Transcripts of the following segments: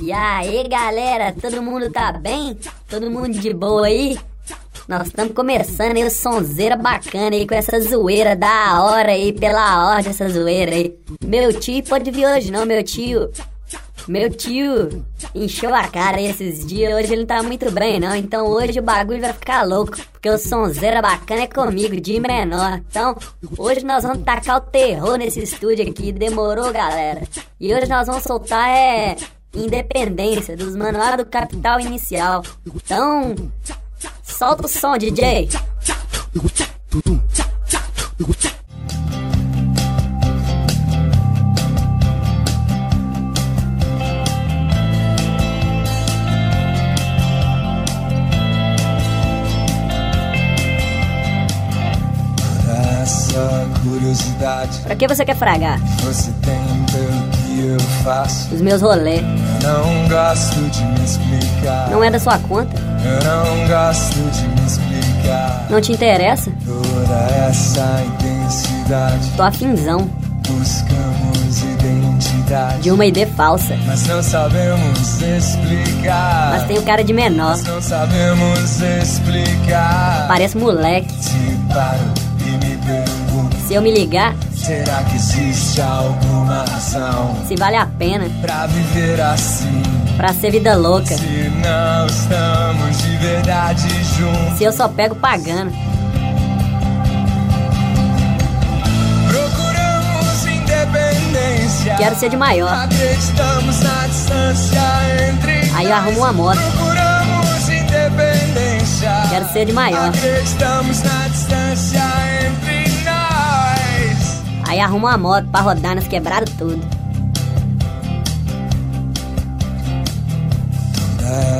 E aí galera, todo mundo tá bem? Todo mundo de boa aí? Nós estamos começando aí o sonzeira bacana aí com essa zoeira da hora aí, pela hora essa zoeira aí. Meu tio pode vir hoje não, meu tio. Meu tio encheu a cara esses dias, hoje ele não tá muito bem não, então hoje o bagulho vai ficar louco, porque o sonzeira bacana é comigo, de menor. Então, hoje nós vamos tacar o terror nesse estúdio aqui, demorou galera. E hoje nós vamos soltar é Independência, dos Manuais do Capital Inicial. Então, solta o som, DJ! Essa curiosidade Pra que você quer fragar? você tem pelo que eu faço. Os meus rolês. Eu não gosto de me explicar. Não é da sua conta? Eu não gosto de me explicar. Não te interessa? Toda essa intensidade. Tô afinzão Buscamos identidade. de uma ID falsa. Mas não sabemos explicar. Mas tem o cara de menor. Nós não sabemos explicar. Parece moleque. Te paro e me pergunto. Se eu me ligar, Será que existe alguma razão se vale a pena. pra viver assim? Pra ser vida louca. Se não estamos de verdade juntos, Se eu só pego pagando. procuramos independência. Quero ser de maior. Acreditamos na distância entre. Aí eu nós. arrumo uma moto. Procuramos independência. Quero ser de maior. Acreditamos na distância entre nós. Aí arrumo uma moto pra rodar nas quebradas tudo.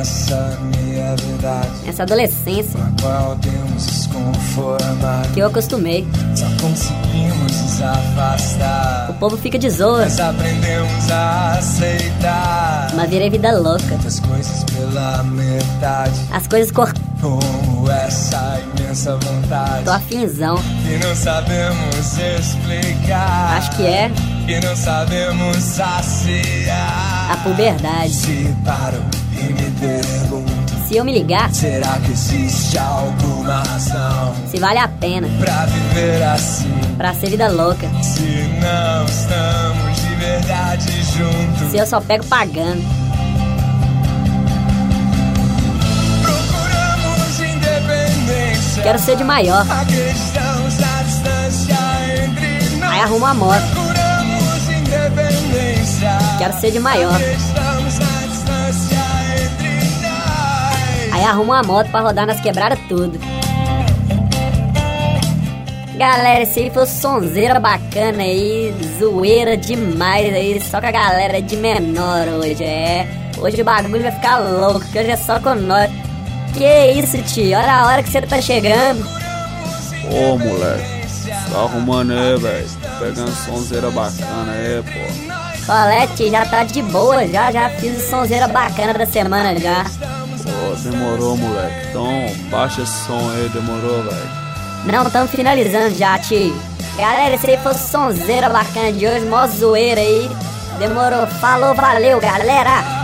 Essa é minha verdade, Essa adolescência com a qual temos nos conformado. que eu acostumei. Só conseguimos nos afastar. O povo fica de zoa, Mas aprendemos a aceitar mas virei vida louca. muitas coisas pela metade. As coisas cortam, Como essa imensa tô vontade afinzão. que não sabemos explicar. Acho que é Que não sabemos saciar. a puberdade. Se paro e me pergunto: Se eu me ligar, será que existe alguma razão se vale a pena. pra viver assim? Pra ser vida louca. Se não estamos de verdade juntos, Se eu só pego pagando. procuramos independência. Quero ser de maior. Acreditamos na distância entre nós. Aí arrumo a moto. Procuramos independência. Quero ser de maior. Acreditamos na distância entre nós. Aí arrumo uma moto pra rodar nas quebradas tudo. Galera, esse aí foi o sonzeira bacana aí, zoeira demais aí, só com a galera de menor hoje, é. Hoje o bagulho vai ficar louco, que hoje é só com nós. Que isso, tio, olha a hora que você tá chegando. Ô moleque, tá arrumando aí, velho. Pegando sonzeira bacana aí, pô. Colete, já tá de boa, já, já fiz o sonzeira bacana da semana já. Pô, demorou, moleque. Então, baixa esse som aí, demorou, velho. Não, estamos finalizando já, tio. Galera, esse aí foi o sonzeira bacana de hoje, mó zoeira aí. Demorou, falou, valeu, galera!